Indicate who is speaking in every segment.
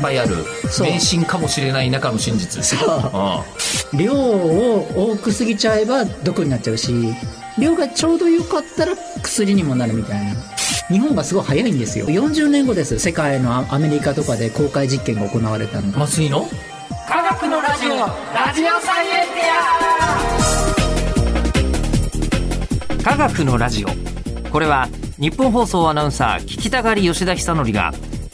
Speaker 1: ぱいある
Speaker 2: そう
Speaker 1: 迷信かもしれない中の真実 ですよ
Speaker 2: そう量を多くすぎちゃえば毒になっちゃうし量がちょうど良かったら薬にもなるみたいな日本がすごい早いんですよ40年後です世界のアアメリカとかで公開実験が行われたの
Speaker 1: うん松井の
Speaker 2: 科学のラジオラジオサイエンテ
Speaker 3: 科学のラジオこれは日本放送アナウンサー聞きたがり吉田久典が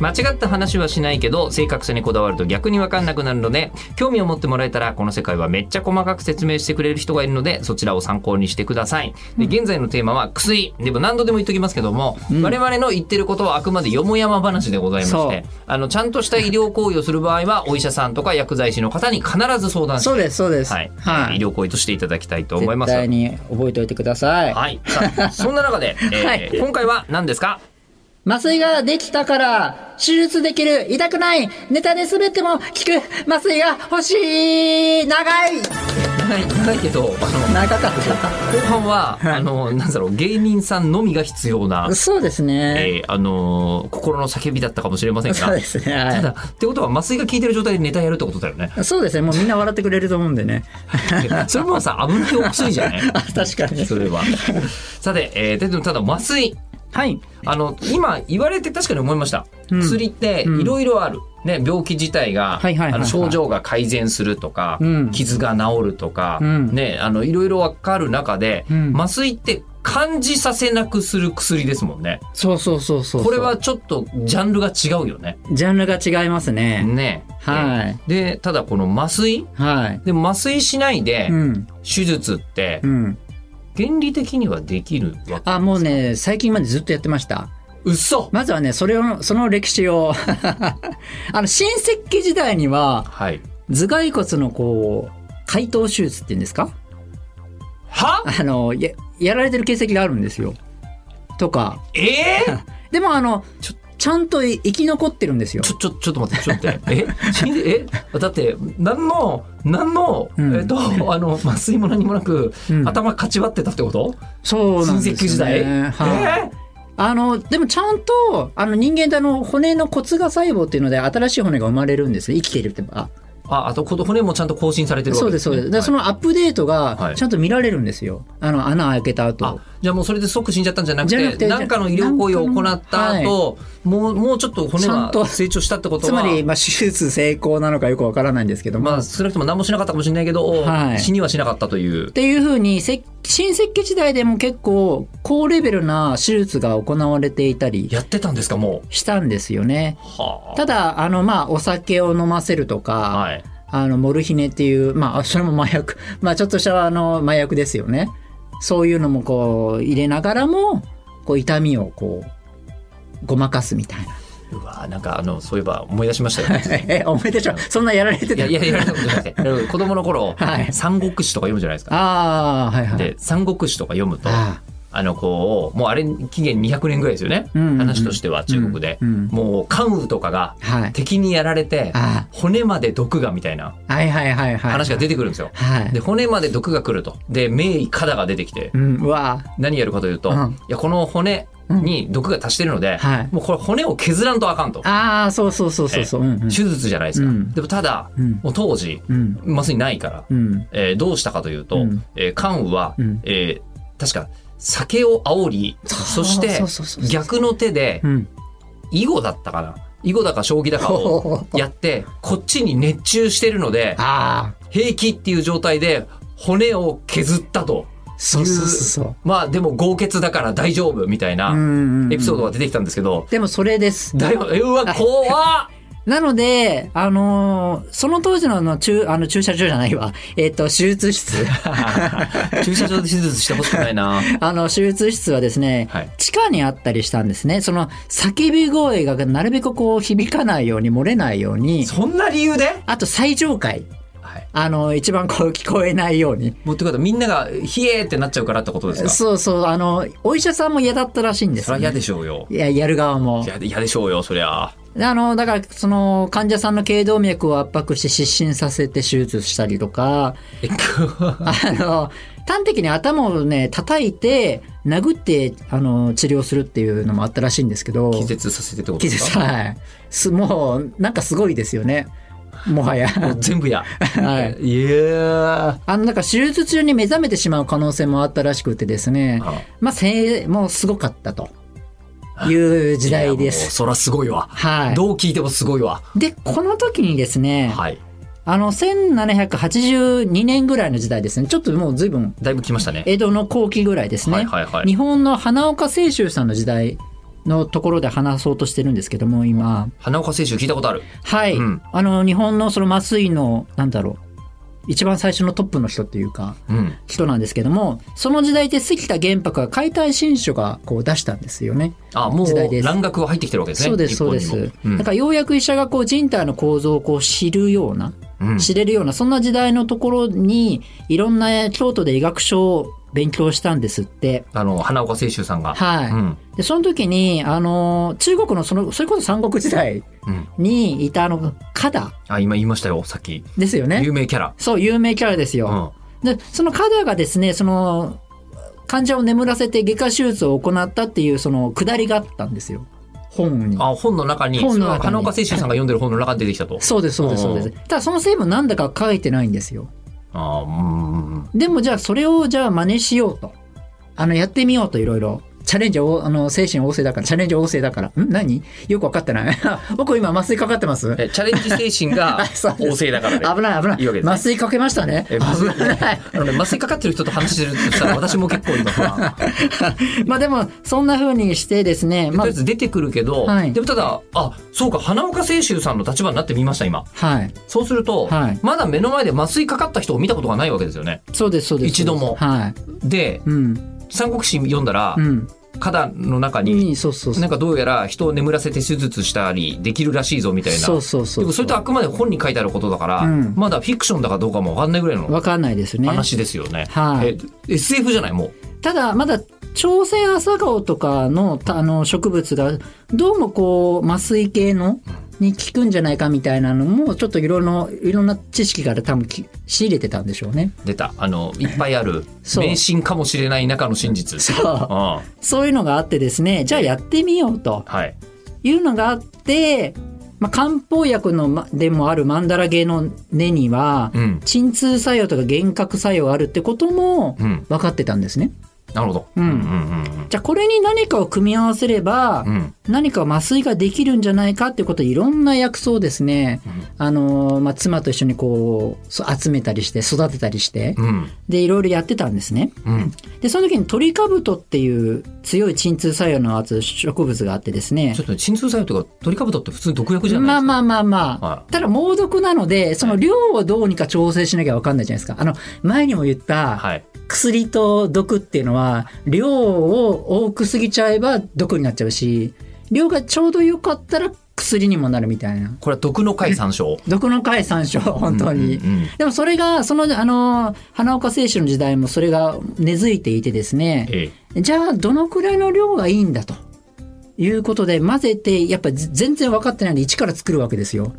Speaker 3: 間違った話はしないけど正確さにこだわると逆に分かんなくなるので興味を持ってもらえたらこの世界はめっちゃ細かく説明してくれる人がいるのでそちらを参考にしてください。で現在のテーマは薬でも何度でも言っときますけども、我々の言ってることはあくまでよもやま話でございまし
Speaker 2: そ
Speaker 1: て
Speaker 2: う
Speaker 1: あのちゃんとした医療行為をする場合はお医者さんとか薬剤師の方に必ず相談して
Speaker 2: そうですそうです
Speaker 1: はい医療行為としていただきたいと思いま
Speaker 2: 絶
Speaker 1: す。
Speaker 2: 対に覚えておいてください、
Speaker 1: はい、さあそんな中 で、えー
Speaker 2: はい
Speaker 1: 今回は何ですか
Speaker 2: 麻酔ができたから手術できる痛くないネタで滑っても効く麻酔が欲しい長い
Speaker 1: 長い長いけどあの
Speaker 2: 長かっ
Speaker 1: 後半は、あの、なんだろう、芸人さんのみが必要な
Speaker 2: た、 そうですね、
Speaker 1: えーあのー心の叫びだったかもしれません
Speaker 2: そう
Speaker 1: が
Speaker 2: で。すね、はい
Speaker 1: ただ、ってことは麻酔が効いてる状態でネタやるってことだよね。
Speaker 2: そうですね、もうみんな笑ってくれると思うんでね。
Speaker 1: それもさ、危ないお薬じゃない
Speaker 2: あ 確かに
Speaker 1: それは。さて、えーででもただ麻酔。
Speaker 2: はい。
Speaker 1: あの、今言われて確かに思いました。
Speaker 2: ん
Speaker 1: 薬っていろいろある。ね、病気自体が、
Speaker 2: はいはいはいはい
Speaker 1: あの症状が改善するとか、
Speaker 2: うん
Speaker 1: 傷が治るとか、
Speaker 2: うん
Speaker 1: ね、あの、いろいろわかる中で、
Speaker 2: うん
Speaker 1: 麻酔って感じさせなくする薬ですもんね。
Speaker 2: そうそうそうそうそう。
Speaker 1: これは、ちょっとジャンルが違うよね。
Speaker 2: ジャンルが違いますね。
Speaker 1: ね。
Speaker 2: はい。
Speaker 1: で、ただこの麻酔
Speaker 2: はい。
Speaker 1: でも麻酔しないで
Speaker 2: うん。
Speaker 1: 手術って
Speaker 2: うん。
Speaker 1: 原理的にはできるわけ。
Speaker 2: あ、もうね、最近までずっとやってました。
Speaker 1: 嘘
Speaker 2: まずはね、それを、その歴史を、 あの、新石器時代には、
Speaker 1: はい。
Speaker 2: 頭蓋骨のこう、解凍手術っていうんですか
Speaker 1: は
Speaker 2: あの、や、やられてる形跡があるんですよ。とか。
Speaker 1: ええー
Speaker 2: でもあの、
Speaker 1: ちょ
Speaker 2: ちゃんと生き残ってるんですよ。
Speaker 1: ちょ、ちょ、ちょっと待って、ちょっと待って。え死んでえだって、何の、何の、
Speaker 2: うん
Speaker 1: えっと、あの、麻酔も何もなく、
Speaker 2: うん
Speaker 1: 頭かち割ってたってこと
Speaker 2: そうなんで
Speaker 1: 親
Speaker 2: すよ、ね。
Speaker 1: 戚時代、
Speaker 2: はい。
Speaker 1: え
Speaker 2: あの、でもちゃんと、あの人間ってあの骨の骨芽細胞っていうので新しい骨が生まれるんですね。生きているってば。
Speaker 1: ーあ、あと、この骨もちゃんと更新されてるわ
Speaker 2: そう
Speaker 1: け
Speaker 2: です、そうです。で、そ
Speaker 1: はい
Speaker 2: のアップデート
Speaker 1: は
Speaker 2: が
Speaker 1: い
Speaker 2: ちゃんと見られるんですよ。あの穴開けた後。
Speaker 1: あじゃあもうそれで即死んじゃったんじゃなく
Speaker 2: じゃな
Speaker 1: て
Speaker 2: くて
Speaker 1: 何かの医療行為を行った後、もうもうちょっと骨
Speaker 2: ちゃ
Speaker 1: が
Speaker 2: んと
Speaker 1: 成長したってことは
Speaker 2: つまり、まあ、手術成功なのかよくわからないんですけども。
Speaker 1: まあ、少なくとも何もしなかったかもしれないけど、
Speaker 2: はい
Speaker 1: 死にはしなかったという
Speaker 2: っ。ていうふうに、せ新石器時代でも結構高レベルな手術が行われていたり
Speaker 1: やってたんですか、もう。
Speaker 2: したんですよね。
Speaker 1: は
Speaker 2: ただ、あの、まあ、お酒を飲ませるとか、
Speaker 1: あ。はい。
Speaker 2: あの、モルヒネっていう、まあ、それも麻薬。 まあ、ちょっとした、あの、麻薬ですよね。そういうのも、こう、入れながらも、こう、痛みを、こう、ごまかすみたいう
Speaker 1: わなんかあの、そういえば思い出しましたよ。
Speaker 2: な。 え、思い出しょそんなやられてた
Speaker 1: いやいや、やられたことじゃな くて、子供の頃、
Speaker 2: はい
Speaker 1: 三国志とか読むじゃないですか。
Speaker 2: ああ、はいはい。
Speaker 1: で、三国志とか読むと、あ
Speaker 2: あ
Speaker 1: の、こう、もうあれ、期限200年ぐらいですよね。
Speaker 2: うんうんうん
Speaker 1: 話としては中国で。
Speaker 2: うんうん
Speaker 1: もう、関羽とかが
Speaker 2: あ、はい。
Speaker 1: 敵にやられて、
Speaker 2: あ
Speaker 1: 骨まで毒がみたいな
Speaker 2: あ、はいはいはいはい。
Speaker 1: 話が出てくるんですよ。
Speaker 2: はい
Speaker 1: で、。骨まで毒が来ると。で、名医カダが出てきて
Speaker 2: う、ん、うわ
Speaker 1: 何やるかというと、
Speaker 2: うん
Speaker 1: いや、この骨に毒が足してるので、
Speaker 2: はい
Speaker 1: もうこれ骨を削らんとあかんと。
Speaker 2: ああ、そうそうそうそうそう。うん、うん。
Speaker 1: 手術じゃないですか。
Speaker 2: うん
Speaker 1: でもただ、
Speaker 2: うん
Speaker 1: もう当時、
Speaker 2: うん。
Speaker 1: 麻酔ないから、
Speaker 2: うん。
Speaker 1: えーどうしたかというと、
Speaker 2: うん
Speaker 1: えー関羽は、
Speaker 2: うん
Speaker 1: えー確か酒を煽り、そして
Speaker 2: そうそうそうそう
Speaker 1: 逆の手で
Speaker 2: うん。
Speaker 1: 囲碁だったかな囲碁だか将棋だか
Speaker 2: ほ
Speaker 1: を
Speaker 2: ほほ
Speaker 1: やってこっちに熱中してるので
Speaker 2: あ
Speaker 1: 平気っていう状態で骨を削ったと
Speaker 2: あ、そうそうそうそう。
Speaker 1: まあでも豪傑だから大丈夫みたいなエピソード
Speaker 2: は。
Speaker 1: が出てきたんですけど、
Speaker 2: でも、それです。
Speaker 1: だようわ怖っ
Speaker 2: なので、あのーその当時のあの駐あの駐車場じゃないわ。 えっ、と、手術室。
Speaker 1: 駐車場で手術してほしくないな。
Speaker 2: あの、手術室はですね、
Speaker 1: はい
Speaker 2: 地下にあったりしたんですね。その、叫び声がなるべくこう、響かないように、漏れないように、
Speaker 1: そんな理由で
Speaker 2: あと最上階。
Speaker 1: はい
Speaker 2: あの、一番こう聞こえないように。
Speaker 1: もうってことはみんながひえーってなっちゃうからってことですかそ
Speaker 2: そうそう、あの、お医者さんも嫌だったらしいんです
Speaker 1: りゃ
Speaker 2: よ、
Speaker 1: 嫌
Speaker 2: ね。
Speaker 1: でしょうよ
Speaker 2: いや、やる側も。
Speaker 1: 嫌で嫌でしょうよそりゃ
Speaker 2: あの、だから、その、患者さんの頸動脈を圧迫して失神させて手術したりとか、
Speaker 1: えこ
Speaker 2: あの、端的に頭をね、叩いて、殴って、あの、治療するっていうのもあったらしいんですけど、
Speaker 1: 気絶させてってこと
Speaker 2: 気
Speaker 1: です
Speaker 2: 絶
Speaker 1: か
Speaker 2: はい。す、もう、なんかすごいです よね。もはや。
Speaker 1: もう全部や
Speaker 2: はい。
Speaker 1: いや
Speaker 2: あの、なんか手術中に目覚めてしまう可能性もあったらしくてですね、
Speaker 1: ー
Speaker 2: まあ、せい、もうすごかったという時代で
Speaker 1: いやもう
Speaker 2: す。
Speaker 1: そらすごいわ、
Speaker 2: は
Speaker 1: どう聞いてもすごいわ
Speaker 2: い。で、この時にですね、
Speaker 1: はい
Speaker 2: あの、1782年ぐらいの時代ですね。ちょっともう随分、
Speaker 1: だいぶ来ましたね
Speaker 2: 江戸の後期ぐらいですね。
Speaker 1: はいはいはい
Speaker 2: 日本の花岡清舟さんの時代のところで話そうとしてるんですけども、今。
Speaker 1: 花岡選手聞いたことある
Speaker 2: はい。
Speaker 1: うん
Speaker 2: あの、日本のその麻酔の、なんだろう。一番最初のトップの人というか、
Speaker 1: うん
Speaker 2: 人なんですけども、その時代で関田玄白が解体新書がこう出したんですよね。
Speaker 1: あも
Speaker 2: 時代で
Speaker 1: う
Speaker 2: す
Speaker 1: 蘭学は入ってきてるわけですね
Speaker 2: そうです、
Speaker 1: 日
Speaker 2: そう
Speaker 1: 本
Speaker 2: で
Speaker 1: にも
Speaker 2: す。
Speaker 1: うん
Speaker 2: だからようやく医者がこう人体の構造をこう知るような、
Speaker 1: うん
Speaker 2: 知れるようなそんな時代のところにいろんな京都で医学書を勉強したんですって。
Speaker 1: あの花岡清舟さんが
Speaker 2: はい。
Speaker 1: うん
Speaker 2: でその時にあの中国のそのそれこそ三国時代
Speaker 1: うん
Speaker 2: にいたあのカダ
Speaker 1: あ今言いましたよさっき
Speaker 2: ですよね
Speaker 1: 有。名キャラ
Speaker 2: そう有名キャラです
Speaker 1: う
Speaker 2: よ。
Speaker 1: ん
Speaker 2: でそのカダがですねその患者を眠らせて外科手術を行ったっていうその下りがあったんですよ本に。
Speaker 1: あ本の中に
Speaker 2: 本
Speaker 1: そ
Speaker 2: の中に
Speaker 1: れは花岡清舟さんが読んでる本の中に出てきたと
Speaker 2: そうですそうですそうです。ただその成分なんだか書いてないんですよ。
Speaker 1: あーうんうん
Speaker 2: でもじゃあそれをじゃあ真似しようと。あのやってみようといろいろ。チャレンジを、あの、精神旺盛だから、チャレンジ旺盛だから。ん何よくわかってない。 僕今麻酔かかってます
Speaker 1: えチャレンジ精神 が
Speaker 2: そうです
Speaker 1: 旺盛だからね
Speaker 2: 危ない危ない
Speaker 1: いいわけですね
Speaker 2: 麻酔かけましたね。
Speaker 1: え麻酔
Speaker 2: 危ない。
Speaker 1: あのね麻酔かかってる人と話してるとした ら私も結構今不安
Speaker 2: まあでも、そんな風にしてですね、
Speaker 1: とりあ
Speaker 2: ま
Speaker 1: えず出てくるけど、
Speaker 2: はい
Speaker 1: でもただあそうか花岡清舟さんの立場になってみました今
Speaker 2: あ、はい。
Speaker 1: そうすると、
Speaker 2: はい
Speaker 1: まだ目の前で麻酔かかった人を見たことがないわけですよね
Speaker 2: そうです、そうです。
Speaker 1: 一度も
Speaker 2: はい。
Speaker 1: で
Speaker 2: うん。
Speaker 1: 三国志読んだら、
Speaker 2: うん。
Speaker 1: 花壇の中に、
Speaker 2: に、そうそうそう。
Speaker 1: なんかどうやら人を眠らせて手術したりできるらしいぞみたいな
Speaker 2: そうそうそう。
Speaker 1: でもそれってあくまで本に書いてあることだから、
Speaker 2: うん
Speaker 1: まだフィクションだかどうかもわかんないぐらいの
Speaker 2: わかんないですね。
Speaker 1: 話ですよね。
Speaker 2: はい
Speaker 1: え SF じゃないもう
Speaker 2: ただまだ朝鮮朝顔とかのたあの植物がどうもこう麻酔系のに効くんじゃないかみたいなのもちょっといろいろいろんな知識から多分き仕入れてたんでしょうね。
Speaker 1: 出たあのいっぱいある
Speaker 2: そう
Speaker 1: 迷信かもしれない中の真実。
Speaker 2: そううん
Speaker 1: は
Speaker 2: そういうのがあってですねじゃあやってみようと
Speaker 1: い。
Speaker 2: いうのがあって、まあ、漢方薬のまでもあるマンダラ系の根には
Speaker 1: うん
Speaker 2: 鎮痛作用とか幻覚作用があるってことも
Speaker 1: うん
Speaker 2: 分かってたんですね。
Speaker 1: なるほど。
Speaker 2: うん
Speaker 1: うんうん
Speaker 2: じゃあこれに何かを組み合わせれば、
Speaker 1: うんうん
Speaker 2: 何か麻酔ができるんじゃないかっていうことでいろんな薬草をですね、あのーまあ、妻と一緒にこうそ集めたりして育てたりして
Speaker 1: うん
Speaker 2: でいろいろやってたんですね
Speaker 1: うん。
Speaker 2: でその時にトリカブトっていう強い鎮痛作用のあつ植物があってですね
Speaker 1: ちょっと鎮痛作用というかトリカブトって普通に毒薬じゃないですか。
Speaker 2: まあまあまあまあ、
Speaker 1: は
Speaker 2: ただ猛毒なのでその量をどうにか調整しなきゃ分かんないじゃないですかあの前にも言っ
Speaker 1: い
Speaker 2: た
Speaker 1: はい。
Speaker 2: 薬と毒っていうのは量を多くすぎちゃえば毒になっちゃうし量がちょうどよかったら薬にもなるみたいな
Speaker 1: これは毒の解参照。
Speaker 2: 毒の解散症本当に、
Speaker 1: うんうんうん
Speaker 2: でもそれがそのあの花岡清舟の時代もそれが根付いていてですね
Speaker 1: ええ
Speaker 2: じゃあどのくらいの量がいいんだということで混ぜてやっぱり全然分かってないんで一から作るわけですよ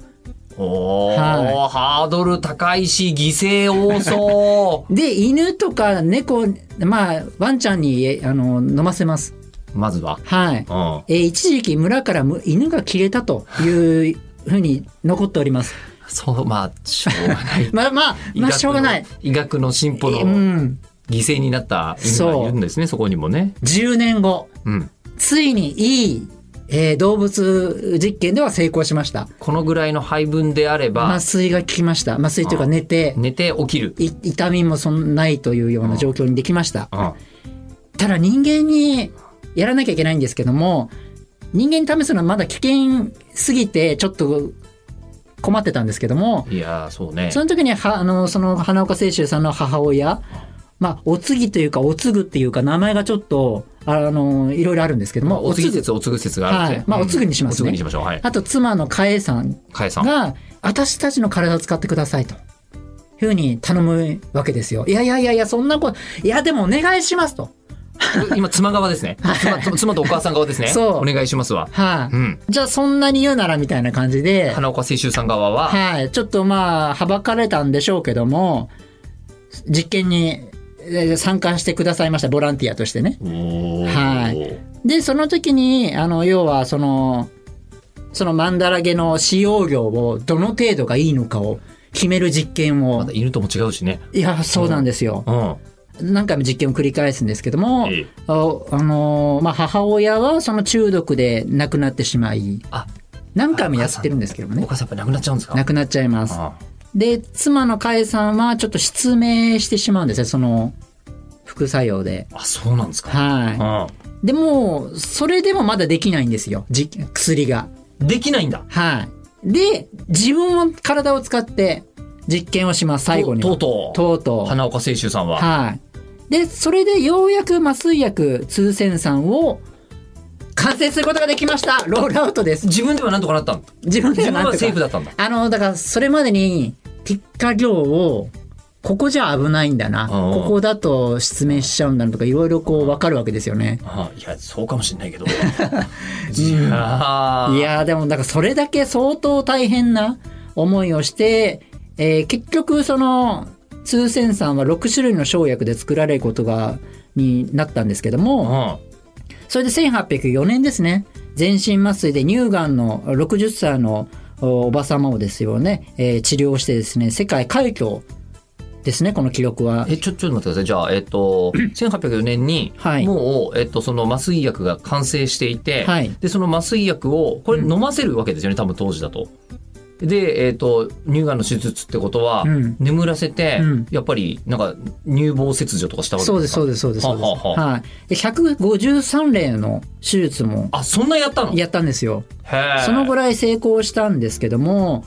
Speaker 1: おー、
Speaker 2: は
Speaker 1: ハードル高いし犠牲多そ
Speaker 2: で犬とか猫まあワンちゃんにえあの飲ませます
Speaker 1: う。まずは。
Speaker 2: はい
Speaker 1: うん。
Speaker 2: えー一時期村からむ犬が消えたというふうに残っております。
Speaker 1: そうまあしょうがない。
Speaker 2: まあまあ、
Speaker 1: 医
Speaker 2: まあ、
Speaker 1: 学の
Speaker 2: しょうがない。
Speaker 1: 医学の進歩の
Speaker 2: うん、
Speaker 1: 犠牲になった犬がいるんですね、そこにもね。
Speaker 2: 10年後、
Speaker 1: うん。
Speaker 2: ついにいい、えー動物実験では成功しました。
Speaker 1: このぐらいの配分であれば
Speaker 2: 麻、酔が効きました。麻酔というか
Speaker 1: あ
Speaker 2: 寝て、
Speaker 1: 寝て起きる。
Speaker 2: い痛みもそんないというような状況にできました。
Speaker 1: うん。
Speaker 2: ただ人間にやらなきゃいけないんですけども、人間に試すのはまだ危険すぎて、ちょっと困ってたんですけども、
Speaker 1: いやー、そうね
Speaker 2: そ。の時にはあのその花岡清舟さんの母親、まあ、お継ぎというかお継ぐっていうか名前がちょっとあのいろいろあるんですけど
Speaker 1: まあ、
Speaker 2: も
Speaker 1: おつ
Speaker 2: 継
Speaker 1: ぐ
Speaker 2: ぐ
Speaker 1: 説、おつぐ説があるんですね。
Speaker 2: はいまあおつぐにしますね
Speaker 1: おつぐにしましょう。はい。
Speaker 2: あと妻の加恵さん
Speaker 1: かえさん。
Speaker 2: が私たちの体を使ってくださいとふうに頼むわけですよ。いやいやいやいや、そんなこと、いやでもお願いしますと。
Speaker 1: 今妻側ですね妻妻妻とお母さん側ですね
Speaker 2: そう
Speaker 1: お願いしますわ
Speaker 2: は
Speaker 1: う
Speaker 2: い、
Speaker 1: ん
Speaker 2: じゃあそんなに言うならみたいな感じで、
Speaker 1: 花岡清舟さん側は、
Speaker 2: はい。ちょっとまあ、はばかれたんでしょうけども、実験にえー参加してくださいました、ボランティアとしてね。はで、その時に、あの、要は、その、そのマンダラ毛の使用量をどの程度がいいのかを決める実験
Speaker 1: ま
Speaker 2: を
Speaker 1: た、犬とも違うしね
Speaker 2: いや、そうなんですよ。
Speaker 1: うん
Speaker 2: 何回も実験を繰り返すんですけども、
Speaker 1: ええ
Speaker 2: ああのーまあ、母親はその中毒で亡くなってしまい、
Speaker 1: あ
Speaker 2: 何回もやってるんですけども
Speaker 1: お
Speaker 2: ね、
Speaker 1: 母さんやっぱ亡くなっちゃうんですか
Speaker 2: 亡くなっちゃいます。
Speaker 1: あ
Speaker 2: で、妻の甲斐さんはちょっと失明してしまうんですね、その副作用で。
Speaker 1: ああそうなんですか、
Speaker 2: は
Speaker 1: う
Speaker 2: い。でも、それでもまだできないんですよ、じ薬が。
Speaker 1: ん、できないんだ
Speaker 2: はい。で、自分の体を使って実験をします、最後に
Speaker 1: と
Speaker 2: は。
Speaker 1: とうと
Speaker 2: とうと
Speaker 1: う
Speaker 2: う。
Speaker 1: 花岡清舟さんは、
Speaker 2: はい。で、それでようやく麻酔薬通船さんを完成することができましたロールアウトです。
Speaker 1: 自分ではなんとかなったんだ
Speaker 2: 自分で
Speaker 1: 自分
Speaker 2: はなん
Speaker 1: は
Speaker 2: と
Speaker 1: セーフ
Speaker 2: か。
Speaker 1: だったんだ
Speaker 2: あの、だからそれまでに、ティッカ行を、ここじゃ危ないんだな。
Speaker 1: うんうん
Speaker 2: ここだと失明しちゃうんだなとか、いろいろこう分かるわけですよね。
Speaker 1: ああいやそうかもしれない けどいやー
Speaker 2: いやーでも、だからそれだけ相当大変な思いをして、えー結局その、通船さんは6種類の生薬で作られることが、になったんですけども、
Speaker 1: うん
Speaker 2: それで1804年ですね、全身麻酔で乳がんの60歳のおおば様をですよね、えー治療してですね、世界快挙ですね、この記録は。
Speaker 1: えちょちょっと待ってくださいじゃあ、えっと1804年に、
Speaker 2: はい
Speaker 1: もう、えっと、その麻酔薬が完成していて、
Speaker 2: はい
Speaker 1: でその麻酔薬をこれ飲ませるわけですよね、多分当時だと。で、えっと乳がんの手術ってことは、
Speaker 2: うん
Speaker 1: 眠らせて、
Speaker 2: うん
Speaker 1: やっぱりなんか乳房切除とかしたわけ
Speaker 2: そうです、そう
Speaker 1: ですか
Speaker 2: です、そうです。そうです
Speaker 1: はあはあは
Speaker 2: はい。で、153例の手術も
Speaker 1: あそんなやったの
Speaker 2: やったんですよ。
Speaker 1: へえ
Speaker 2: そのぐらい成功したんですけども、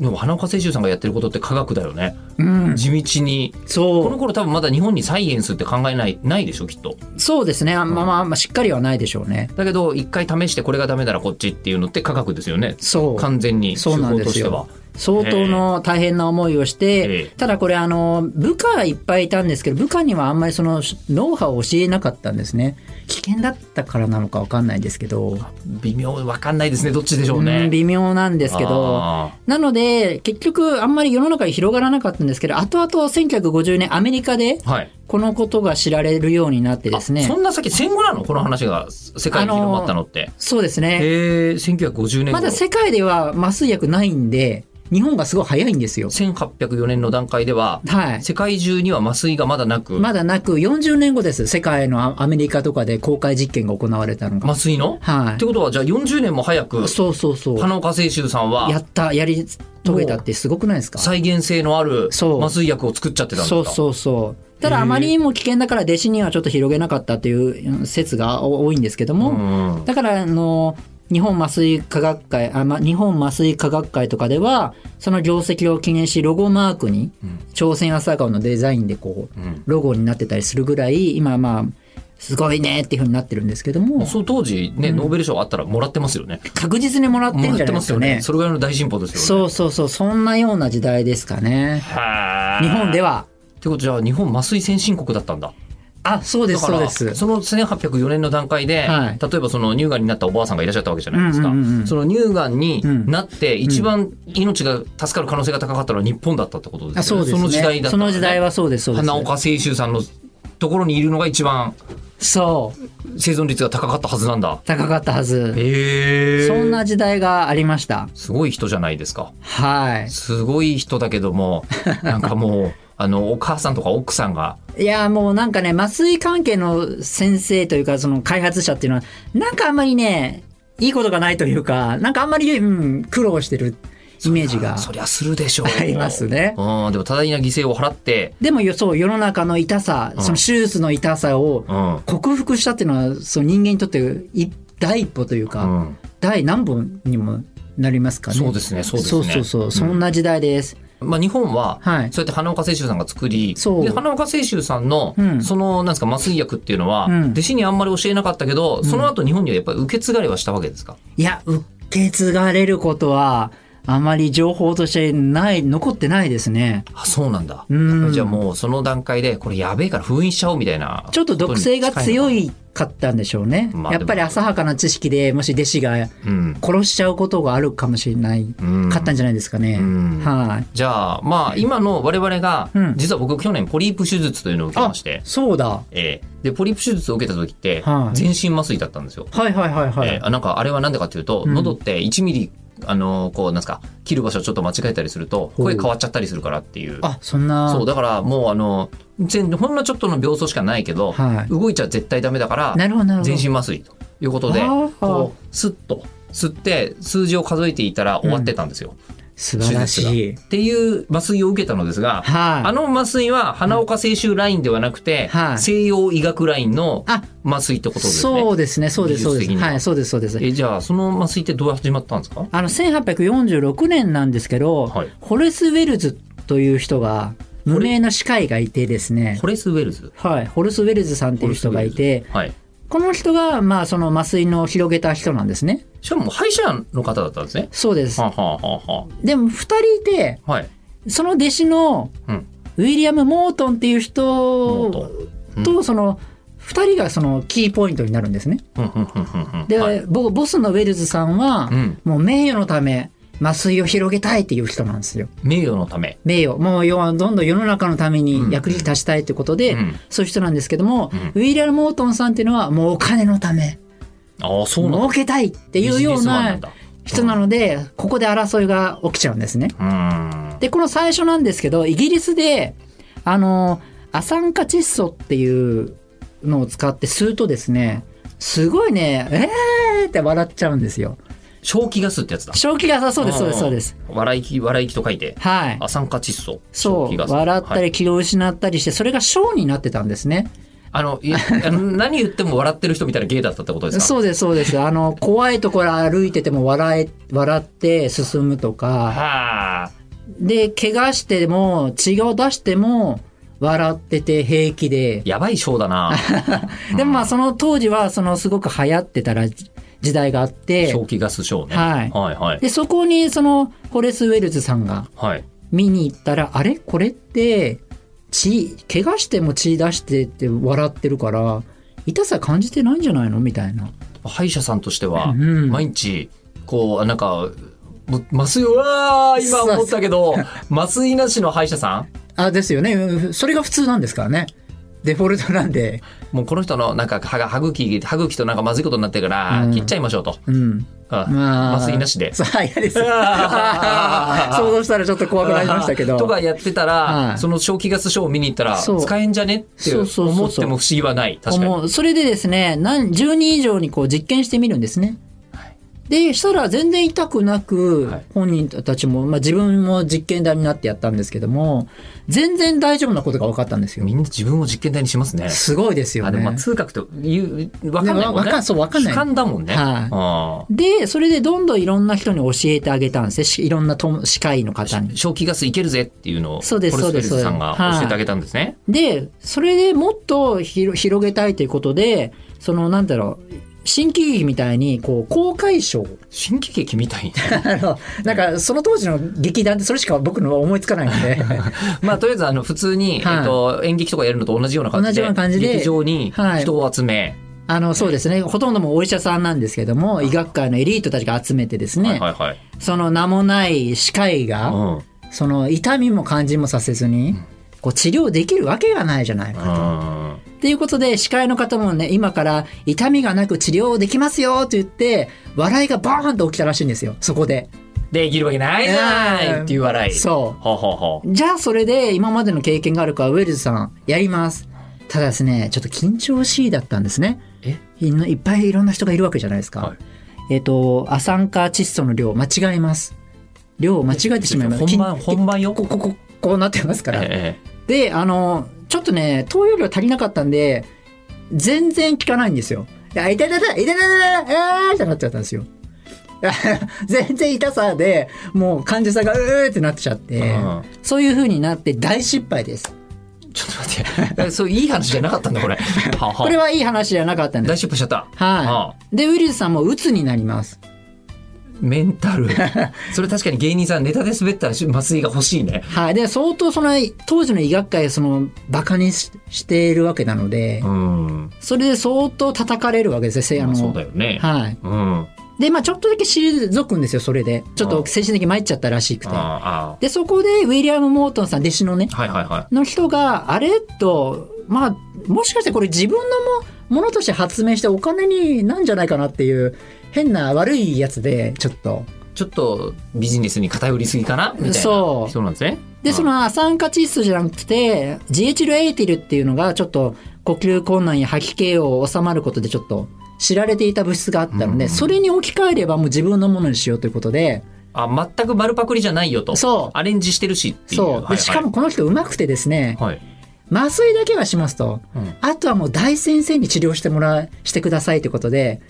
Speaker 1: でも花岡清舟さんがやってることって科学だよね、
Speaker 2: うん、
Speaker 1: 地道にこの
Speaker 2: そ
Speaker 1: 頃多分まだ日本にサイエンスって考えないないでしょきっと
Speaker 2: う、そうですね。あんまあまあ、まあ、しっかりはないでしょうね。
Speaker 1: だけど一回試してこれがダメならこっちっていうのって科学ですよね
Speaker 2: そう。
Speaker 1: 完全に手
Speaker 2: そうなん
Speaker 1: 法
Speaker 2: で
Speaker 1: とし
Speaker 2: す
Speaker 1: て
Speaker 2: よ
Speaker 1: は。
Speaker 2: 相当の大変な思いをし
Speaker 1: え
Speaker 2: て
Speaker 1: え、
Speaker 2: ただこれあの、部下いっぱいいたんですけど、部下にはあんまりそのノウハウを教えなかったんですね。危険だったからなのかわかんないですけど、
Speaker 1: 微妙わかんないですねどっちでしょう
Speaker 2: う
Speaker 1: ね
Speaker 2: ん微妙なんですけど、
Speaker 1: あ
Speaker 2: なので結局あんまり世の中に広がらなかったんですけど、後々1950年アメリカで
Speaker 1: ーはい
Speaker 2: このことが知られるようになってです
Speaker 1: あ
Speaker 2: ね
Speaker 1: そ、んな先戦後なのこの話が世界に広まったのって、
Speaker 2: そうですね、
Speaker 1: へえ1950年
Speaker 2: まだ世界では麻酔薬ないんで、日本がすごい早いんですよ。
Speaker 1: 1804年の段階では
Speaker 2: はい。
Speaker 1: 世界中には麻酔がまだなく、
Speaker 2: まだなく40年後です。世界のアアメリカとかで公開実験が行われたのが。
Speaker 1: 麻酔の、
Speaker 2: は
Speaker 1: ってことはじゃあ40年も早く
Speaker 2: い。そうそうそう。
Speaker 1: 花岡清舟さん
Speaker 2: や
Speaker 1: は
Speaker 2: った、やり遂げたってすごくないですか
Speaker 1: 再現性のある
Speaker 2: そう
Speaker 1: 麻酔薬を作っちゃってたんですか
Speaker 2: そうそうそう。ただあまりにも危険だから弟子にはちょっと広げなかったという説が多いんですけども、
Speaker 1: うん
Speaker 2: だからあの、日本麻酔科学会、あま、日本麻酔科学会とかでは、その業績を記念し、ロゴマークに、朝鮮朝顔のデザインでこう、
Speaker 1: ん
Speaker 2: ロゴになってたりするぐらい、今まあ、すごいねっていうふうになってるんですけども、
Speaker 1: そう当時ね、ノーベル賞あったらもらってますよね。
Speaker 2: 確実にもらってん
Speaker 1: も
Speaker 2: じ
Speaker 1: ら
Speaker 2: ゃ
Speaker 1: っ
Speaker 2: な
Speaker 1: て
Speaker 2: いで
Speaker 1: ますす
Speaker 2: か
Speaker 1: よ
Speaker 2: ね
Speaker 1: ね。。それぐらいの大進歩ですよね。
Speaker 2: そうそうそう、そんなような時代ですかね。
Speaker 1: は
Speaker 2: 日本で
Speaker 1: は。
Speaker 2: は、
Speaker 1: ってことじゃあ日本麻酔先進国だったんだ。
Speaker 2: あ、そうで
Speaker 1: だ
Speaker 2: す、
Speaker 1: か
Speaker 2: そう
Speaker 1: ら
Speaker 2: です。
Speaker 1: その1804年の段階で、
Speaker 2: はい
Speaker 1: 例えばその乳がんになったおばあさんがいらっしゃったわけじゃないですか。
Speaker 2: うんうんうんうん
Speaker 1: その乳がんに
Speaker 2: うん
Speaker 1: なって一番命が助かる可能性が高かったのは日本だったってことですよね。
Speaker 2: あそうですね。
Speaker 1: の時代だった
Speaker 2: そ
Speaker 1: らね、
Speaker 2: の時代はそうです、そうです。
Speaker 1: 花岡清舟さんのところにいるのが一番
Speaker 2: そう、
Speaker 1: 生存率が高かったはずなんだ。
Speaker 2: 高かったはず。
Speaker 1: ええ
Speaker 2: そんな時代がありました。
Speaker 1: すごい人じゃないですか。
Speaker 2: はい。
Speaker 1: すごい人だけど も、なんかもう、あの、お母さんとか奥さんが、
Speaker 2: いやもうなんかね麻酔関係の先生というかその開発者っていうのはなんかあんまりねいいことがないというかなんかあんまり、うん、苦労してるイメージが
Speaker 1: そりゃするでしょう。
Speaker 2: ありますね。
Speaker 1: うん、でも多大な犠牲を払って、
Speaker 2: でもよそう世の中の痛さ
Speaker 1: ん
Speaker 2: その手術の痛さを
Speaker 1: うん。うん
Speaker 2: 克服したっていうのはその人間にとってい第一歩というか、第何本にもなりますかね。
Speaker 1: そうですねそうですね
Speaker 2: そうそうそうそんな時代です。
Speaker 1: まあ、日本は、
Speaker 2: はい
Speaker 1: そうやって花岡清舟さんが作り、
Speaker 2: そう
Speaker 1: で花岡清舟さんの、
Speaker 2: うん
Speaker 1: その、なんですか、麻酔薬っていうのは、
Speaker 2: うん
Speaker 1: 弟子にあんまり教えなかったけど、その後日本にはやっぱり受け継がれはしたわけですか。
Speaker 2: いや受け継がれることはあまり情報としてない、残ってないですね。
Speaker 1: あそうなんだ
Speaker 2: うん
Speaker 1: じゃあもうその段階でこれやべえから封印しちゃおうみたいな
Speaker 2: ちょっと毒性が強
Speaker 1: い、
Speaker 2: いかったんでしょうね。
Speaker 1: まあ
Speaker 2: やっぱり浅はかな知識でもし弟子が
Speaker 1: うん
Speaker 2: 殺しちゃうことがあるかもしれない、
Speaker 1: うん、
Speaker 2: かったんじゃないですかね。
Speaker 1: うん
Speaker 2: はい。
Speaker 1: じゃあまあ今の我々が、
Speaker 2: うん
Speaker 1: 実は僕去年ポリープ手術というのを受けまして
Speaker 2: そうだ。
Speaker 1: ええでポリープ手術を受けた時って
Speaker 2: はい
Speaker 1: 全身麻酔だったんですよ、
Speaker 2: はいはいはいはい。
Speaker 1: ええあなんかあれはなんでかというと、
Speaker 2: うん
Speaker 1: 喉って1ミリあのこうなんですか切る場所ちょっと間違えたりすると
Speaker 2: ほう
Speaker 1: 声変わっちゃったりするからっていう
Speaker 2: あ、そんな。
Speaker 1: そうだからもうあの全ほんのちょっとの病巣しかないけど、
Speaker 2: はい
Speaker 1: 動いちゃ絶対ダメだから
Speaker 2: なるほどなるほ
Speaker 1: 全
Speaker 2: ど。
Speaker 1: 身麻酔ということで
Speaker 2: あー
Speaker 1: こうスッと吸って数字を数えていたら終わってたんですよ、
Speaker 2: 素晴らしい。
Speaker 1: っていう麻酔を受けたのですが、
Speaker 2: はい。
Speaker 1: あの麻酔は花岡青州ラインではなくて、
Speaker 2: はい
Speaker 1: 西洋医学ラインの
Speaker 2: あ、
Speaker 1: 麻酔ってことですね。
Speaker 2: そうですね、そうです、そう
Speaker 1: 技
Speaker 2: で
Speaker 1: 術
Speaker 2: す。
Speaker 1: 的には
Speaker 2: はい、そうです、そうです。
Speaker 1: えじゃあその麻酔ってどう始まったんですか？
Speaker 2: あの、1846年なんですけど、
Speaker 1: はい
Speaker 2: ホレス・ウェルズという人が、無名の歯科医がいてですね、
Speaker 1: ホレスウェルズ。
Speaker 2: はい、ホレス・ウェルズさんっていう人がいて、
Speaker 1: はい。
Speaker 2: この人が、まあ、その麻酔の広げた人なんですね。
Speaker 1: しかも歯医者の方だったんですね。
Speaker 2: そうです。
Speaker 1: はあ、はあはあは
Speaker 2: でも、二人いて、
Speaker 1: あ、はい。
Speaker 2: その弟子の
Speaker 1: うん。
Speaker 2: ウィリアム・モートンっていう
Speaker 1: も
Speaker 2: 人
Speaker 1: っとうん
Speaker 2: と、その、二人がそのキーポイントになるんですね。
Speaker 1: うんうんうんうんうん。
Speaker 2: で、
Speaker 1: はい
Speaker 2: ボボスのウェルズさんは、
Speaker 1: うん
Speaker 2: もう名誉のため麻酔を広げたいっていう人なんですよ。
Speaker 1: 名誉のため。
Speaker 2: 名誉。もう要はどんどん世の中のために役に立ちたいということで、
Speaker 1: うん
Speaker 2: そういう人なんですけども、
Speaker 1: うん
Speaker 2: ウィリアム・モートンさんっていうのはもうお金のため、
Speaker 1: ああそうなんだ。
Speaker 2: 儲けたいっていうよ
Speaker 1: ビ
Speaker 2: う
Speaker 1: ジネスマンな
Speaker 2: なん
Speaker 1: だ。
Speaker 2: 人なので、ここで争いが起きちゃうんですね。
Speaker 1: うーん。
Speaker 2: で、この最初なんですけど、イギリスで、あの、ア酸化窒素っていうのを使って吸うとですね、すごいね、えーって笑っちゃうんですよ。
Speaker 1: 正気ガスってやつだ。
Speaker 2: 正気がさそうです、そうです、
Speaker 1: ん
Speaker 2: そうです。。
Speaker 1: 笑い気笑い気と書いて。
Speaker 2: はい。
Speaker 1: あ酸化窒素。
Speaker 2: そ
Speaker 1: 正気ガ
Speaker 2: う、
Speaker 1: ス
Speaker 2: 笑った
Speaker 1: はい
Speaker 2: り気を失ったりして、それがショーになってたんですね。
Speaker 1: あのいあの何言っても笑ってる人みたいな芸だったってことですか？
Speaker 2: そうです、そうです。あの、怖いところ歩いてても笑え、笑って進むとか、
Speaker 1: はあ。
Speaker 2: で、怪我しても、血を出しても、笑ってて平気で、
Speaker 1: やばいショーだ な。
Speaker 2: でもまあその当時は、そのすごく流行ってたら時代があって、
Speaker 1: 正気ガスショーね。
Speaker 2: はい
Speaker 1: はいはい。
Speaker 2: で、そこにその、ホレス・ウェルズさんが
Speaker 1: はい。
Speaker 2: 見に行ったら、あれこれって、血、怪我しても血出してって笑ってるから、痛さ感じてないんじゃないのみたいな。
Speaker 1: 歯医者さんとしては、
Speaker 2: うん
Speaker 1: 毎日、こう、なんか、も麻酔、うわー、今思ったけど、麻酔なしの歯医者さん
Speaker 2: あ、ですよね。うんそれが普通なんですからね。デフォルトなんで。
Speaker 1: もうこの人のなんか歯が歯茎歯茎となんかまずいことになってるから、
Speaker 2: うん
Speaker 1: 切っちゃいましょうと、
Speaker 2: うん。
Speaker 1: あ
Speaker 2: まあ。
Speaker 1: 麻酔なしで
Speaker 2: そう、はい、嫌です。
Speaker 1: あー
Speaker 2: 想像したらちょっと怖くなりましたけ ど。
Speaker 1: とかやってたら、
Speaker 2: はい
Speaker 1: その正気ガスショーを見に行ったら
Speaker 2: そう
Speaker 1: 使えんじゃねって
Speaker 2: そうそうそうそう
Speaker 1: 思っても不思議はない確かに
Speaker 2: 思うそれでですね、何、10人以上にこう実験してみるんですね。で、したら全然痛くなく、
Speaker 1: はい
Speaker 2: 本人たちも、まあ自分も実験台になってやったんですけども、全然大丈夫なことが分かったんですよ。
Speaker 1: みんな自分を実験台にしますね
Speaker 2: すごいですよ
Speaker 1: あでもまあ
Speaker 2: ね。
Speaker 1: 痛覚という分かんないもんね
Speaker 2: わかそうわかんない
Speaker 1: 主観だもんね、
Speaker 2: はい
Speaker 1: あ
Speaker 2: で、それでどんどんいろんな人に教えてあげたんですねしいろんなと歯科医の方に
Speaker 1: ー。正気ガスいけるぜっていうのを
Speaker 2: そうです
Speaker 1: ホルスウェルズさん
Speaker 2: そ
Speaker 1: が
Speaker 2: うですそうです
Speaker 1: 教えてあげたんですね、
Speaker 2: で、それでもっとひろ広げたいということで、その、なんだろう、新喜劇みたいに、こう、公開賞。
Speaker 1: 新喜劇みたいね
Speaker 2: あの、なんか、その当時の劇団ってそれしか僕のは思いつかないんで。
Speaker 1: まあとりあえずあの普通に、
Speaker 2: はい
Speaker 1: えっと演劇とかやるのと同じような感じで
Speaker 2: 同じような感じで
Speaker 1: 劇場に
Speaker 2: はい
Speaker 1: 人を集め、
Speaker 2: あの、そうですね。ほとんどもうお医者さんなんですけども、医学界のエリートたちが集めてですね、
Speaker 1: はいはいはい、
Speaker 2: その名もない歯科医が、
Speaker 1: うん
Speaker 2: その痛みも感じもさせずに、こう治療できるわけがないじゃないかと。
Speaker 1: うん
Speaker 2: っていうことで、司会の方もね、今から痛みがなく治療できますよと言って、笑いがバーンと起きたらしいんですよ、そこで。
Speaker 1: できるわけないじゃな
Speaker 2: うん
Speaker 1: いっていう笑い
Speaker 2: そ
Speaker 1: はあはあは
Speaker 2: う。じゃあ、それで今までの経験があるから、ウェルズさん、やります。ただですね、ちょっと緊張しいだったんですね。
Speaker 1: え
Speaker 2: いのいっぱいいろんな人がいるわけじゃないですか。
Speaker 1: はい
Speaker 2: えっ、と、ア酸化窒素の量、間違えます。量を間違えてしまいます。
Speaker 1: 本番
Speaker 2: き
Speaker 1: 本番よ
Speaker 2: ここ、こ、こうなってますか
Speaker 1: あ、
Speaker 2: ら。
Speaker 1: ええ
Speaker 2: で、あの、ちょっとね、投与量足りなかったんで、全然効かないんですよ。であ、痛い痛い痛い痛い痛い痛い痛いあーってなっちゃったんですよ。 全然痛さで、もう患者さんがうーってなっちゃって、
Speaker 1: うん
Speaker 2: そういう風になって大失敗です。
Speaker 1: ちょっと待ってそういい話じゃなかったんだこ れはあはあ
Speaker 2: これはいい話じゃなかったんで
Speaker 1: 大
Speaker 2: す。
Speaker 1: 失敗しちゃった
Speaker 2: はい。で、ウィルスさんも鬱になります。
Speaker 1: メン タルそれ確かに芸人さんネタで滑ったら麻酔が欲しいね
Speaker 2: はい。で、相当その、当時の医学界、その、馬鹿にししているわけなので
Speaker 1: う、ん
Speaker 2: それで相当叩かれるわけですよ、せあ
Speaker 1: まあそう
Speaker 2: の
Speaker 1: だ。よね、
Speaker 2: はい。
Speaker 1: うんあ
Speaker 2: で、まあちょっとだけ退くんですよ、それで。ちょっ
Speaker 1: う
Speaker 2: と
Speaker 1: ん
Speaker 2: 精神的に参っちゃったらしくて。
Speaker 1: ああ
Speaker 2: で、そこで、ウィリアム・モートンさん、弟子のね、
Speaker 1: あはいはいは
Speaker 2: の人が、あれと、まあ、もしかしてこれ自分のもものとして発明してお金になんじゃないかなっていう、変な悪いやつで、ちょっと。
Speaker 1: いちょっとビジネスに偏りすぎかなみたいな
Speaker 2: そう
Speaker 1: 人なんですね
Speaker 2: で、そのア酸化窒素じゃなくて、ジエチルエイティルっていうのが、ちょっと呼吸困難や吐き気を収まることでちょっと知られていた物質があったので、
Speaker 1: うん
Speaker 2: それに置き換えればもう自分のものにしようということで、
Speaker 1: あ全く丸パクリじゃないよと
Speaker 2: そう
Speaker 1: アレンジしてるしっていう
Speaker 2: そう。
Speaker 1: はいは
Speaker 2: で
Speaker 1: い
Speaker 2: しかもこの人上手くてですね、
Speaker 1: はい、
Speaker 2: 麻酔だけはしますと。
Speaker 1: うん
Speaker 2: あとはもう大先生に治療してもら、してくださいということで、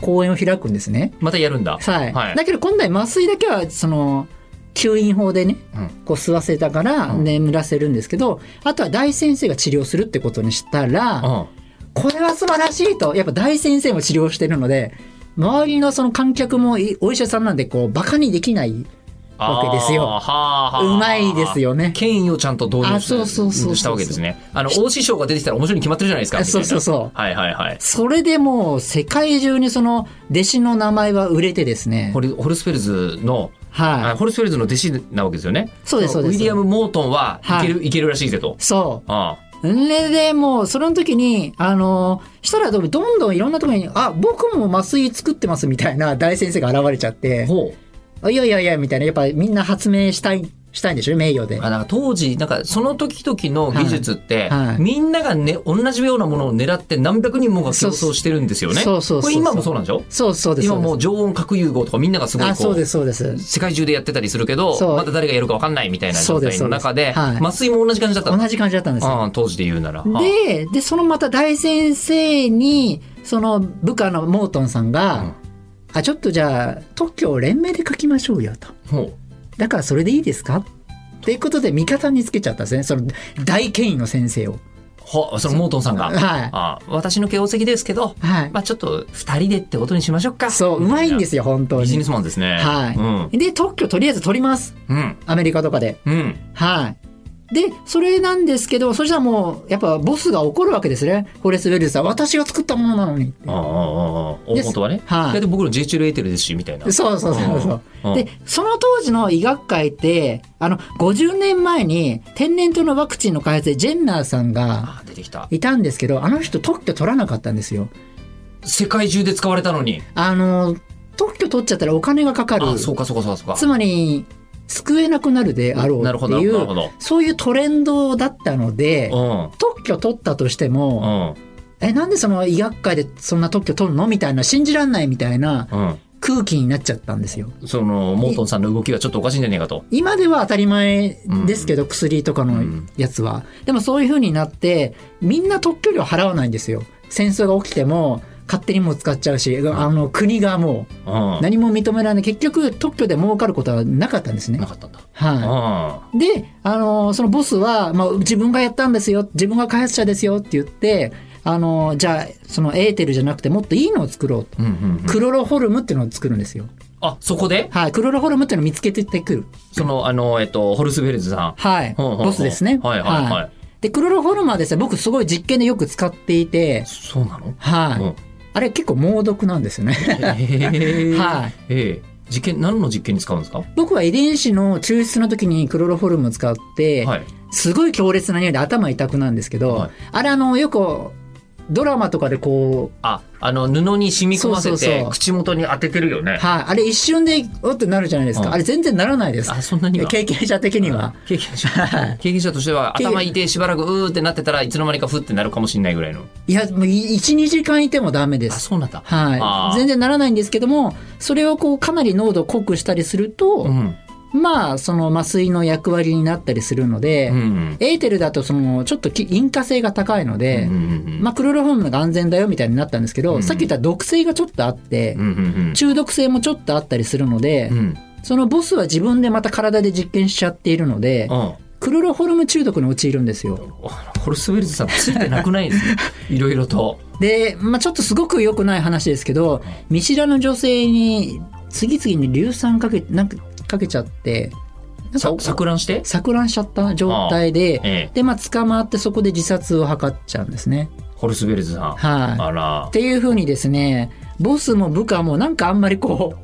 Speaker 2: 講演を開くんですね。
Speaker 1: またやるんだ
Speaker 2: はい。
Speaker 1: はい
Speaker 2: だけど今度は麻酔だけは、その、吸引法でね、
Speaker 1: うん
Speaker 2: こう吸わせたから
Speaker 1: うん
Speaker 2: 眠らせるんですけど、あとは大先生が治療するってことにしたら、
Speaker 1: うん
Speaker 2: これは素晴らしいと、やっぱ大先生も治療してるので、周りのその観客もいお医者さんなんで、こう、馬鹿にできない、うわけですよ
Speaker 1: あーはあはあ
Speaker 2: まいですよね。
Speaker 1: 権威をちゃんと導入
Speaker 2: あ
Speaker 1: し
Speaker 2: そうそうそうそう
Speaker 1: したわけですね。あの、大師匠が出てきたら面白いに決まってるじゃないですか。みたい
Speaker 2: そう
Speaker 1: な
Speaker 2: そうそう。
Speaker 1: はいはいはい。
Speaker 2: それでもう、世界中にその、弟子の名前は売れてですね
Speaker 1: ホ。リホルスフェルズの、あ
Speaker 2: はい。
Speaker 1: ホルスフェルズの弟子なわけですよね。
Speaker 2: そうです、そうです。
Speaker 1: ウィリアム・モートンは、、
Speaker 2: はいい
Speaker 1: ける、いけるらしいぜと。
Speaker 2: そう。
Speaker 1: あ
Speaker 2: それでもう、その時に、あの、したらどんどんいろんなところに、あ、僕も麻酔作ってますみたいな大先生が現れちゃっ
Speaker 1: あ
Speaker 2: て、
Speaker 1: ほう。
Speaker 2: あいやいやいや、みたいな、やっぱみんな発明したい、したいんでしょ、名誉で。
Speaker 1: あなんか当時、なんかその時々の技術って、
Speaker 2: はいはい
Speaker 1: みんながね、同じようなものを狙って何百人もが競争してるんですよね。
Speaker 2: そうそうそ
Speaker 1: こ
Speaker 2: うそう
Speaker 1: れ今もそうなんでしょ
Speaker 2: そうそうです。
Speaker 1: 今もう常温核融合とかみんながす
Speaker 2: そう
Speaker 1: ごい
Speaker 2: で
Speaker 1: こ
Speaker 2: すあ、そう
Speaker 1: う
Speaker 2: です、そうです。
Speaker 1: 世界中でやってたりするけど
Speaker 2: そう
Speaker 1: まだ誰がやるか分かんないみたいな状態の中で
Speaker 2: そうですそうですはい
Speaker 1: 麻酔も同じ感じだったの
Speaker 2: 同じ感じだったんですよ。
Speaker 1: ああ当時で言うならは
Speaker 2: で、で、そのまた大先生に、その部下のモートンさんが、
Speaker 1: うん
Speaker 2: あ、ちょっとじゃあ、特許を連名で書きましょうよと。
Speaker 1: あほう
Speaker 2: だからそれでいいですかっていうことで味方につけちゃったんですね。その大権威の先生を。
Speaker 1: はそのモートンさんが
Speaker 2: はい。
Speaker 1: ああ私の形跡ですけど
Speaker 2: はい。
Speaker 1: まあちょっと二人でってことにしましょうか
Speaker 2: そう、うまいんですよ、本当
Speaker 1: ビジネ
Speaker 2: に。
Speaker 1: スマンですね
Speaker 2: はい
Speaker 1: うん
Speaker 2: で、特許とりあえず取ります。
Speaker 1: うん
Speaker 2: アメリカとかで。
Speaker 1: うん
Speaker 2: はい。で、それなんですけど、そしたらもう、やっぱボスが怒るわけですね。フォレス・ウェルズさん、私が作ったものなのにって。
Speaker 1: ああああああ大
Speaker 2: で
Speaker 1: 本はね
Speaker 2: はい
Speaker 1: いやでも僕の J チュレーテルですしみたいな
Speaker 2: そうそうそうそう。
Speaker 1: うん
Speaker 2: で、その当時の医学界って、あの、50年前に天然痘のワクチンの開発でジェンナーさんが
Speaker 1: ああ出てきた
Speaker 2: いたんですけど、あの人特許取らなかったんですよ。
Speaker 1: 世界中で使われたのに
Speaker 2: あの、特許取っちゃったらお金がかかる。
Speaker 1: ああそうかそうかそうかそうか
Speaker 2: つまり、救えなくなるであろう
Speaker 1: なる
Speaker 2: っ
Speaker 1: ほ
Speaker 2: て
Speaker 1: どないる
Speaker 2: う
Speaker 1: ほ、ど
Speaker 2: そういうトレンドだったので、特許取ったとして
Speaker 1: う
Speaker 2: も、
Speaker 1: ん
Speaker 2: え、なんでその医学界でそんな特許取るのみたいな、信じらんないみたいな
Speaker 1: うんうん
Speaker 2: 空気になっちゃったんですよ。
Speaker 1: そのモートンさんの動きがちょっとおかしいんじゃねえかと
Speaker 2: 今では当たり前ですけど、薬とかの
Speaker 1: うん
Speaker 2: やつは。でもそういう風になって、みんな特許料払わないんですよ。戦争が起きても、勝手にもう使っちゃうし、あの、国がも
Speaker 1: うん
Speaker 2: う何も認められない。結局、特許で儲かることはなかったんですね
Speaker 1: な。かったんだ
Speaker 2: はい。
Speaker 1: う
Speaker 2: で、あのそのボスは、まあ、自分がやったんですよ、自分が開発者ですよって言って、あのじゃあ、そのエーテルじゃなくてもっといいのを作ろうと。
Speaker 1: んうんうんうん
Speaker 2: クロロホルムっていうのを作るんですよ。
Speaker 1: あそこで
Speaker 2: はい。クロロホルムっていうのを見つけてってくる。
Speaker 1: そのあのえっとホルスベルズさん
Speaker 2: はい。
Speaker 1: ほうほうほう
Speaker 2: ボスですね。
Speaker 1: はいはいはい
Speaker 2: で、クロロホルムはですね、僕すごい実験でよく使っていて、
Speaker 1: そうなの
Speaker 2: はい。
Speaker 1: うん
Speaker 2: あれ結構猛毒なんですよね。
Speaker 1: へえ
Speaker 2: はい
Speaker 1: ええ実験何の実験に使うんですか
Speaker 2: 僕は遺伝子の抽出の時にクロロホルムを使って、
Speaker 1: はい
Speaker 2: すごい強烈な匂いで頭痛くなんですけど、
Speaker 1: はい
Speaker 2: あれあの、よく、ドラマとかでこう、
Speaker 1: ああの布に染み込ませ
Speaker 2: そうそう
Speaker 1: て
Speaker 2: そう
Speaker 1: 口元に当ててるよね
Speaker 2: はい、あれ一瞬で、おってなるじゃないですか。
Speaker 1: うん
Speaker 2: あれ全然ならないです。
Speaker 1: あそんなには
Speaker 2: 経験者的には。
Speaker 1: 経験者経験者としては
Speaker 2: 経験
Speaker 1: 頭いてしばらくうーってなってたらいつの間にかふってなるかもしれないぐらいの
Speaker 2: いや、もうい1、2時間いてもダメで
Speaker 1: あ
Speaker 2: す。
Speaker 1: そうなんだあ
Speaker 2: は
Speaker 1: ー
Speaker 2: い。全然ならないんですけども、それをこう、かなり濃度を濃くしたりする
Speaker 1: う
Speaker 2: と、
Speaker 1: ん
Speaker 2: まあ、その麻酔の役割になったりするので、
Speaker 1: うん
Speaker 2: エーテルだとその、ちょっとき引火性が高いの
Speaker 1: うんう
Speaker 2: で、
Speaker 1: ん
Speaker 2: まあ、クロロホルムが安全だよみたいになったんですけど、
Speaker 1: うん
Speaker 2: さっき言った毒性がちょっとあって、
Speaker 1: うんうん
Speaker 2: 中毒性もちょっとあったりするので、
Speaker 1: うんうん
Speaker 2: そのボスは自分でまた体で実験しちゃっているので、
Speaker 1: うん
Speaker 2: クロロホルム中毒に陥るんですよ。
Speaker 1: ホルスウェルズさんついてなくないですねいろいろと
Speaker 2: で、まあ、ちょっとすごく良くない話ですけど、見知らぬ女性に次々に硫酸かけなんかかけちゃってなん
Speaker 1: さ
Speaker 2: か
Speaker 1: 錯乱して
Speaker 2: 錯乱しちゃった状態で、
Speaker 1: ええ
Speaker 2: でまあ捕まってそこで自殺を図っちゃうんですね。
Speaker 1: ホルスベルズさん、
Speaker 2: はい、
Speaker 1: あら
Speaker 2: っていうふうにですねボスも部下もなんかあんまりこ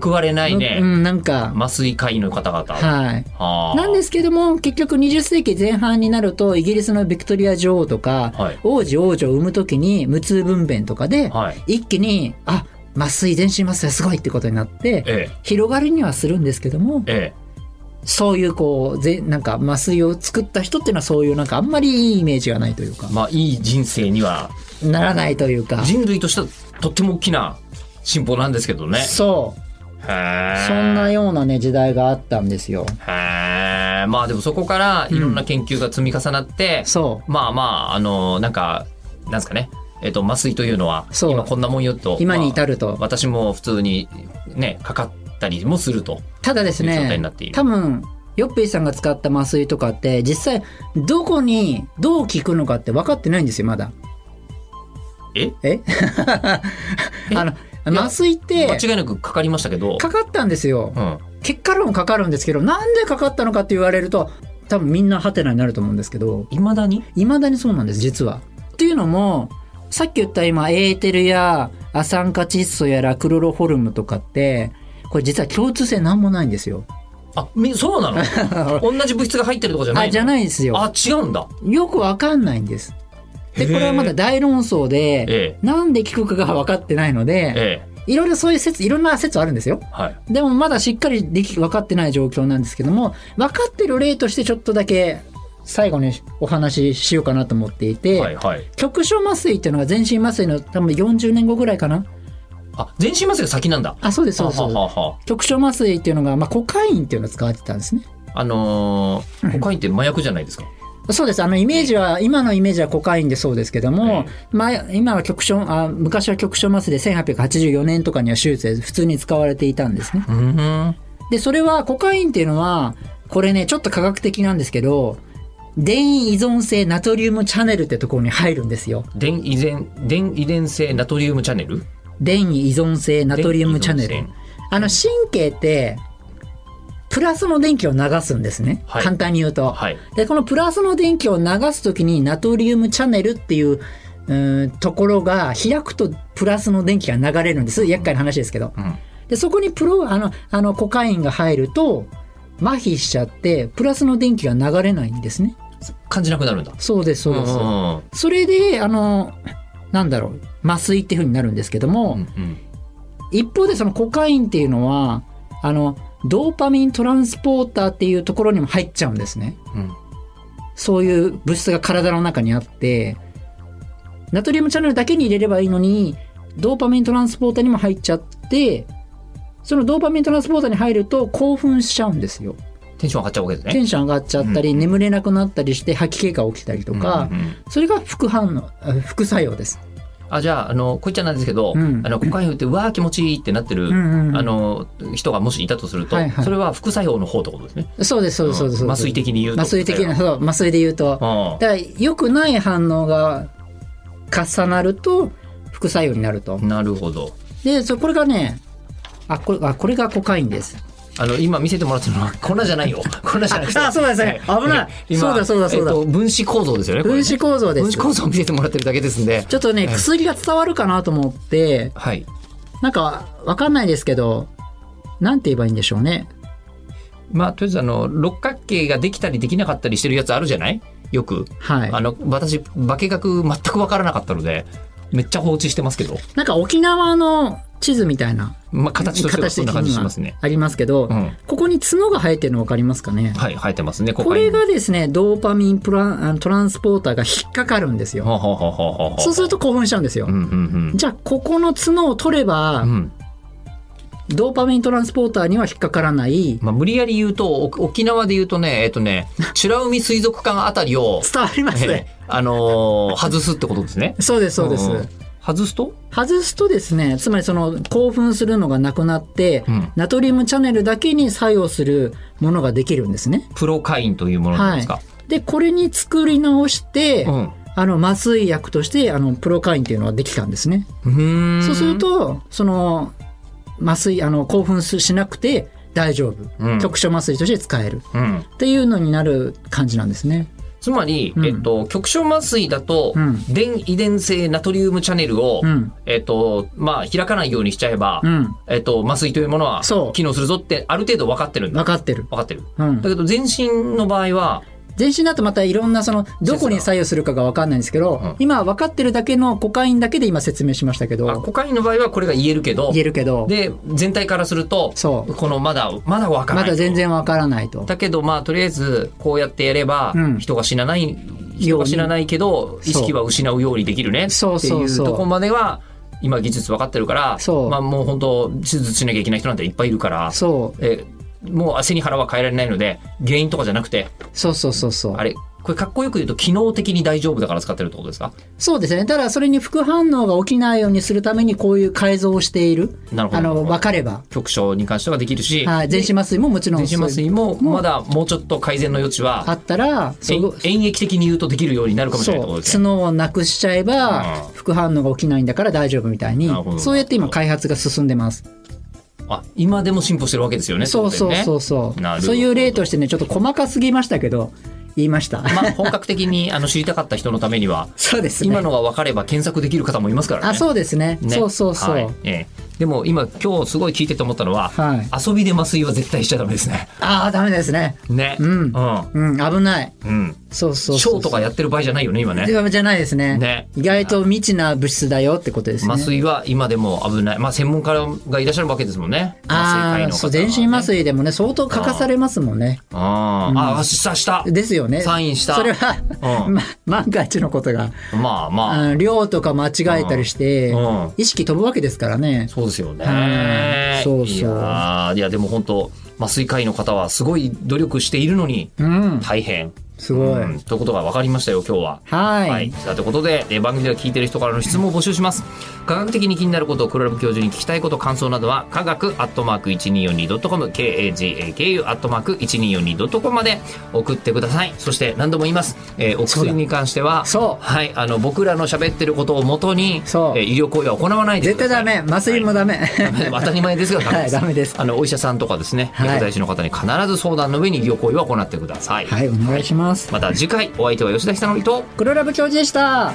Speaker 1: 報われな
Speaker 2: う、
Speaker 1: いね、
Speaker 2: うん、なんか、
Speaker 1: 麻酔科医の方々、
Speaker 2: はい。
Speaker 1: はあ
Speaker 2: なんですけども結局20世紀前半になるとイギリスのビクトリア女王とか、
Speaker 1: はい
Speaker 2: 王子王女を産む時に無痛分娩とかで、
Speaker 1: はい
Speaker 2: 一気にあ麻酔全身麻酔はすごいってことになって
Speaker 1: え
Speaker 2: 広がりにはするんですけども
Speaker 1: ええ
Speaker 2: そういうこうぜなんか麻酔を作った人っていうのはそういうなんかあんまりいいイメージがないというか
Speaker 1: えまあいい人生には
Speaker 2: ならないというか
Speaker 1: 人類としてはとっても大きな進歩なんですけどね
Speaker 2: そう
Speaker 1: へえ
Speaker 2: そんなようなね時代があったんですよ
Speaker 1: へえまあでもそこからいろんな研究が積み重なって、
Speaker 2: そ
Speaker 1: まあまああのなんかなんですかねえっと麻酔というのは
Speaker 2: そう
Speaker 1: 今こんなもんよと
Speaker 2: う今に
Speaker 1: ま
Speaker 2: 至る
Speaker 1: あ
Speaker 2: と
Speaker 1: 私も普通にねかかったりもすると
Speaker 2: ただです
Speaker 1: いう状態に
Speaker 2: ね
Speaker 1: なっている、
Speaker 2: 多分ヨッピーさんが使った麻酔とかって実際どこにどう効くのかって分かってないんですよまだ
Speaker 1: え
Speaker 2: え あの麻酔って
Speaker 1: 間違いなくかかりましたけど
Speaker 2: かかったんですよ
Speaker 1: うん
Speaker 2: 結果論かかるんですけどなんでかかったのかって言われると多分みんなハテナになると思うんですけど
Speaker 1: いまだに
Speaker 2: いまだにそうなんです実は。っていうのもさっき言った今エーテルやアサン化窒素やらクロロホルムとかってこれ実は共通性なんもないんですよ。
Speaker 1: あみそうなの 同じ物質が入ってるとかじゃな
Speaker 2: あ
Speaker 1: い
Speaker 2: じゃないんですよ。
Speaker 1: あ違うんだ
Speaker 2: よくわかんないんです。で
Speaker 1: へ
Speaker 2: こ
Speaker 1: ー
Speaker 2: れはまだ大論争で
Speaker 1: え
Speaker 2: なんで効くかが分かってないの
Speaker 1: え
Speaker 2: で
Speaker 1: ええ
Speaker 2: いろいろそういう説いろんな説あるんですよ。
Speaker 1: はい
Speaker 2: でもまだしっかりでき分かってない状況なんですけども分かってる例としてちょっとだけ最後にお話ししようかなと思っていて、
Speaker 1: はいはい
Speaker 2: 局所麻酔っていうのが全身麻酔の多分40年後ぐらいかな
Speaker 1: あ全身麻酔が先なんだ
Speaker 2: あそうですそうですそうです
Speaker 1: はあはあは
Speaker 2: 局所麻酔っていうのが、まあ、コカインっていうのを使われてたんですね
Speaker 1: ああのー、コカインって麻薬じゃないですか
Speaker 2: そうですあのイメージは今のイメージはコカインでそうですけども、まあ、今は局所あ昔は局所麻酔で1884年とかには手術で普通に使われていたんですね
Speaker 1: うん
Speaker 2: でそれはコカインっていうのはこれねちょっと科学的なんですけど電位依存性ナトリウムチャネルってところに入るんですよ
Speaker 1: 電遺伝電遺伝性ナトリウムチャネル
Speaker 2: 電位依存性ナトリウムチャネ
Speaker 1: 電位依
Speaker 2: ル
Speaker 1: 存性
Speaker 2: あの神経ってプラスの電気を流すんですね、
Speaker 1: はい
Speaker 2: 簡単に言うと、
Speaker 1: はい
Speaker 2: でこのプラスの電気を流す時にナトリウムチャネルっていううーんところが開くとプラスの電気が流れるんです厄介な話ですけど、
Speaker 1: うん
Speaker 2: でそこにプロあのあのコカインが入ると麻痺しちゃってプラスの電気が流れないんですね
Speaker 1: 感じなくなるんだ
Speaker 2: そうですそうです、
Speaker 1: んん
Speaker 2: それであのなんだろう麻酔っていうふうになるんですけども、
Speaker 1: うんうん
Speaker 2: 一方でそのコカインっていうのはあのドーパミントランスポーターっていうところにも入っちゃうんですね
Speaker 1: うん
Speaker 2: そういう物質が体の中にあってナトリウムチャネルだけに入れればいいのにドーパミントランスポーターにも入っちゃってそのドーパミントランスポーターに入ると興奮しちゃうんですよ
Speaker 1: テンション上がっちゃうわけです
Speaker 2: テ
Speaker 1: ね
Speaker 2: ンション上がっちゃったり、眠れなくなったりして吐き気が起きたりとか、
Speaker 1: うんうんうん
Speaker 2: それが副反応あ副作用です、
Speaker 1: あじゃああのこいっちゃなんですけど、
Speaker 2: うん
Speaker 1: あのコカイン打ってうわー気持ちいいってなってる、
Speaker 2: うんうん
Speaker 1: あの人がもしいたとすると、
Speaker 2: はいはい
Speaker 1: それは副作用の方ってことですね
Speaker 2: そうですそうですそうですそうです
Speaker 1: 麻酔的に言うと
Speaker 2: 麻酔的なそう麻酔で言うと
Speaker 1: うん
Speaker 2: だから良くない反応が重なると副作用になると。
Speaker 1: なるほど
Speaker 2: で、そこれがね、あ、これ、あ、これがコカインです。
Speaker 1: あの今見せてもらってるのは粉じゃないよ粉じゃなくて
Speaker 2: あそうだそうだ危ないそうだそうだそうだ
Speaker 1: と分子構造ですよねこれね
Speaker 2: 分子構造です。
Speaker 1: 分子構造を見せてもらってるだけですんで
Speaker 2: ちょっとね、薬が伝わるかなと思って、
Speaker 1: はい
Speaker 2: なんかわかんないですけど、なんて言えばいいんでしょうね。
Speaker 1: まあとりあえずあの六角形ができたりできなかったりしてるやつあるじゃないよく、
Speaker 2: はい
Speaker 1: あ。の私化学全く分からなかったのでめっちゃ放置してますけど、
Speaker 2: なんか沖縄の地図みたいな
Speaker 1: まあ、形としては
Speaker 2: 形
Speaker 1: そん
Speaker 2: 的
Speaker 1: な感じし
Speaker 2: に
Speaker 1: ますね
Speaker 2: はありますけど、
Speaker 1: うん
Speaker 2: ここに角が生えてるの分かりますかね。
Speaker 1: はい生えてますねこ
Speaker 2: これがですね、ドーパミンプランあのトランスポーターが引っかかるんですよ。
Speaker 1: ほうほうほうほうほうほう
Speaker 2: そうすると興奮しちゃうんですよ
Speaker 1: う。んうん
Speaker 2: じゃあここの角を取れば、
Speaker 1: うんうん
Speaker 2: ドーパミントランスポーターには引っかからない
Speaker 1: まあ、無理やり言うとお沖縄で言うとねえっとね美ら海水族館あたりを
Speaker 2: 伝わります
Speaker 1: え
Speaker 2: ね。
Speaker 1: えあのー外すってことですね。
Speaker 2: そうですそうです。
Speaker 1: ん外すと、
Speaker 2: 外すとですねつまりその興奮するのがなくなって、
Speaker 1: うん
Speaker 2: ナトリウムチャネルだけに作用するものができるんですね。
Speaker 1: プロカインというものなんですか。
Speaker 2: でこれに作り直して、
Speaker 1: うん
Speaker 2: あの麻酔薬としてあのプロカインっていうのはできたんですね。
Speaker 1: うーん
Speaker 2: そうするとその麻酔、あの、興奮しなくて大丈夫。
Speaker 1: うん
Speaker 2: 局所麻酔として使える。
Speaker 1: うん、
Speaker 2: っていうのになる感じなんですね。
Speaker 1: つまり、
Speaker 2: うん
Speaker 1: えっと、局所麻酔だと、
Speaker 2: うん
Speaker 1: 電遺伝性ナトリウムチャネルを、
Speaker 2: うん。
Speaker 1: えっと、まあ、開かないようにしちゃえば、
Speaker 2: うん。
Speaker 1: えっと、麻酔というものは
Speaker 2: そう
Speaker 1: 機能するぞって、ある程度分かってるんだ。
Speaker 2: 分かってる。
Speaker 1: 分かってる。
Speaker 2: うん
Speaker 1: だ。けど、全身の場合は、
Speaker 2: 全身だとまたいろんなその、どこに左右するかが分かんないんですけど、
Speaker 1: うん
Speaker 2: 今は分かってるだけのコカインだけで今説明しましたけ
Speaker 1: あ
Speaker 2: ど、
Speaker 1: コカインの場合はこれが言えるけど、
Speaker 2: 言えるけど、
Speaker 1: で、全体からすると、
Speaker 2: そう。
Speaker 1: このまだ、まだ分から
Speaker 2: ま
Speaker 1: ない。
Speaker 2: だ全。然分からないと。
Speaker 1: だけど、まあ、とりあえず、こうやってやれば
Speaker 2: う、ん
Speaker 1: 人が死なない、人が死なないけど、
Speaker 2: そう
Speaker 1: 意識は失うようにできるね。
Speaker 2: そう
Speaker 1: って
Speaker 2: そ
Speaker 1: いうう
Speaker 2: そう
Speaker 1: とこまでは、今技術分かってるから、
Speaker 2: そう
Speaker 1: まあ、もう本当、手術しなきゃいけない人なんていっぱいいるから、
Speaker 2: そ
Speaker 1: えもう背に腹は変えられないので、原因とかじゃなくて、
Speaker 2: う。そうそうそうそう
Speaker 1: あ。れ、これかっこよく言うと、機能的に大丈夫だから使ってるってことですか
Speaker 2: そうですね。ただそれに副反応が起きないようにするためにこういう改造をしている。
Speaker 1: なるほど
Speaker 2: あの、分かれば。
Speaker 1: 局所に関してはできるし、
Speaker 2: はい。全身麻酔ももちろん
Speaker 1: 全身麻酔もまだもうちょっと改善の余地
Speaker 2: あ
Speaker 1: は、
Speaker 2: ったら、
Speaker 1: え
Speaker 2: そう
Speaker 1: 演疫的に言うとできるようになるかもしれないってこ
Speaker 2: そ
Speaker 1: と
Speaker 2: う
Speaker 1: ですね。
Speaker 2: 角をなくしちゃえば
Speaker 1: うん
Speaker 2: 副反応が起きないんだから大丈夫みたいに
Speaker 1: なるほど
Speaker 2: そうやって今開発が進んでます
Speaker 1: あ、今でも進歩してるわけですよね。
Speaker 2: そうそう
Speaker 1: とい
Speaker 2: そ
Speaker 1: こ
Speaker 2: うそ
Speaker 1: な
Speaker 2: う
Speaker 1: るほど
Speaker 2: そういう例としてねちょっと細かすぎましたけど言いました
Speaker 1: とでね。まあ、本格的にあの知りたかった人のためには、
Speaker 2: そうですね
Speaker 1: 今のが分かれば検索できる方もいますからね。
Speaker 2: あそうですね
Speaker 1: ね
Speaker 2: そうそうそう
Speaker 1: は
Speaker 2: はいい、
Speaker 1: ええでも今今日すごい聞いてて思ったのは、遊びで麻酔は絶対しちゃダメですね。
Speaker 2: ああダメですね
Speaker 1: ね。
Speaker 2: うん
Speaker 1: うん。
Speaker 2: うん危ない
Speaker 1: うん。
Speaker 2: そうそうそう
Speaker 1: ショーとかやってる場合じゃないよね、今ね。
Speaker 2: じゃないですね
Speaker 1: ね
Speaker 2: 意外と未知な物質だよってことですね
Speaker 1: 麻酔は今でも危ない。まあ、専門家がいらっしゃるわけですもんね。麻
Speaker 2: あ
Speaker 1: 酔科医
Speaker 2: あ
Speaker 1: の方
Speaker 2: そう
Speaker 1: はね
Speaker 2: 全身麻。酔でもね相当欠かされますもんね
Speaker 1: あーあ、したした。
Speaker 2: ですよね
Speaker 1: サインした
Speaker 2: それは、
Speaker 1: うん
Speaker 2: ま万が一のことが
Speaker 1: まあまあ、
Speaker 2: あの量とか間違えたりして、
Speaker 1: うん
Speaker 2: 意識飛ぶわけですからね。
Speaker 1: そうですよね
Speaker 2: はい。そうそう
Speaker 1: いやーいや、でも本当麻酔科医の方はすごい努力しているのに
Speaker 2: うん、
Speaker 1: 大変。
Speaker 2: すごい。
Speaker 1: うんということが分かりましたよ、今日は。
Speaker 2: はい、
Speaker 1: はい、さあということで、えー番組では聞いている人からの質問を募集します科学的に気になることを黒ラブ教授に聞きたいこと感想などは科学アットマーク 1242.com kagaku アットマーク 1242.com まで送ってくださいそして何度も言います、えーお薬に関しては
Speaker 2: そうだそう
Speaker 1: はい、あの僕らの喋ってることをもとに、え
Speaker 2: そう
Speaker 1: ー医療行為は行わないで
Speaker 2: 絶
Speaker 1: くだ
Speaker 2: 対
Speaker 1: さ
Speaker 2: ダ
Speaker 1: い
Speaker 2: メ。麻酔もダメ。
Speaker 1: 当たり前ですが、
Speaker 2: はいダメです
Speaker 1: あのお医者さんとかですね、
Speaker 2: はい
Speaker 1: 薬剤師の方に必ず相談の上に医療行為は行ってください、
Speaker 2: はい、お願いします。
Speaker 1: また次回お相手は吉田久典と
Speaker 2: 黒ラブ教授でした。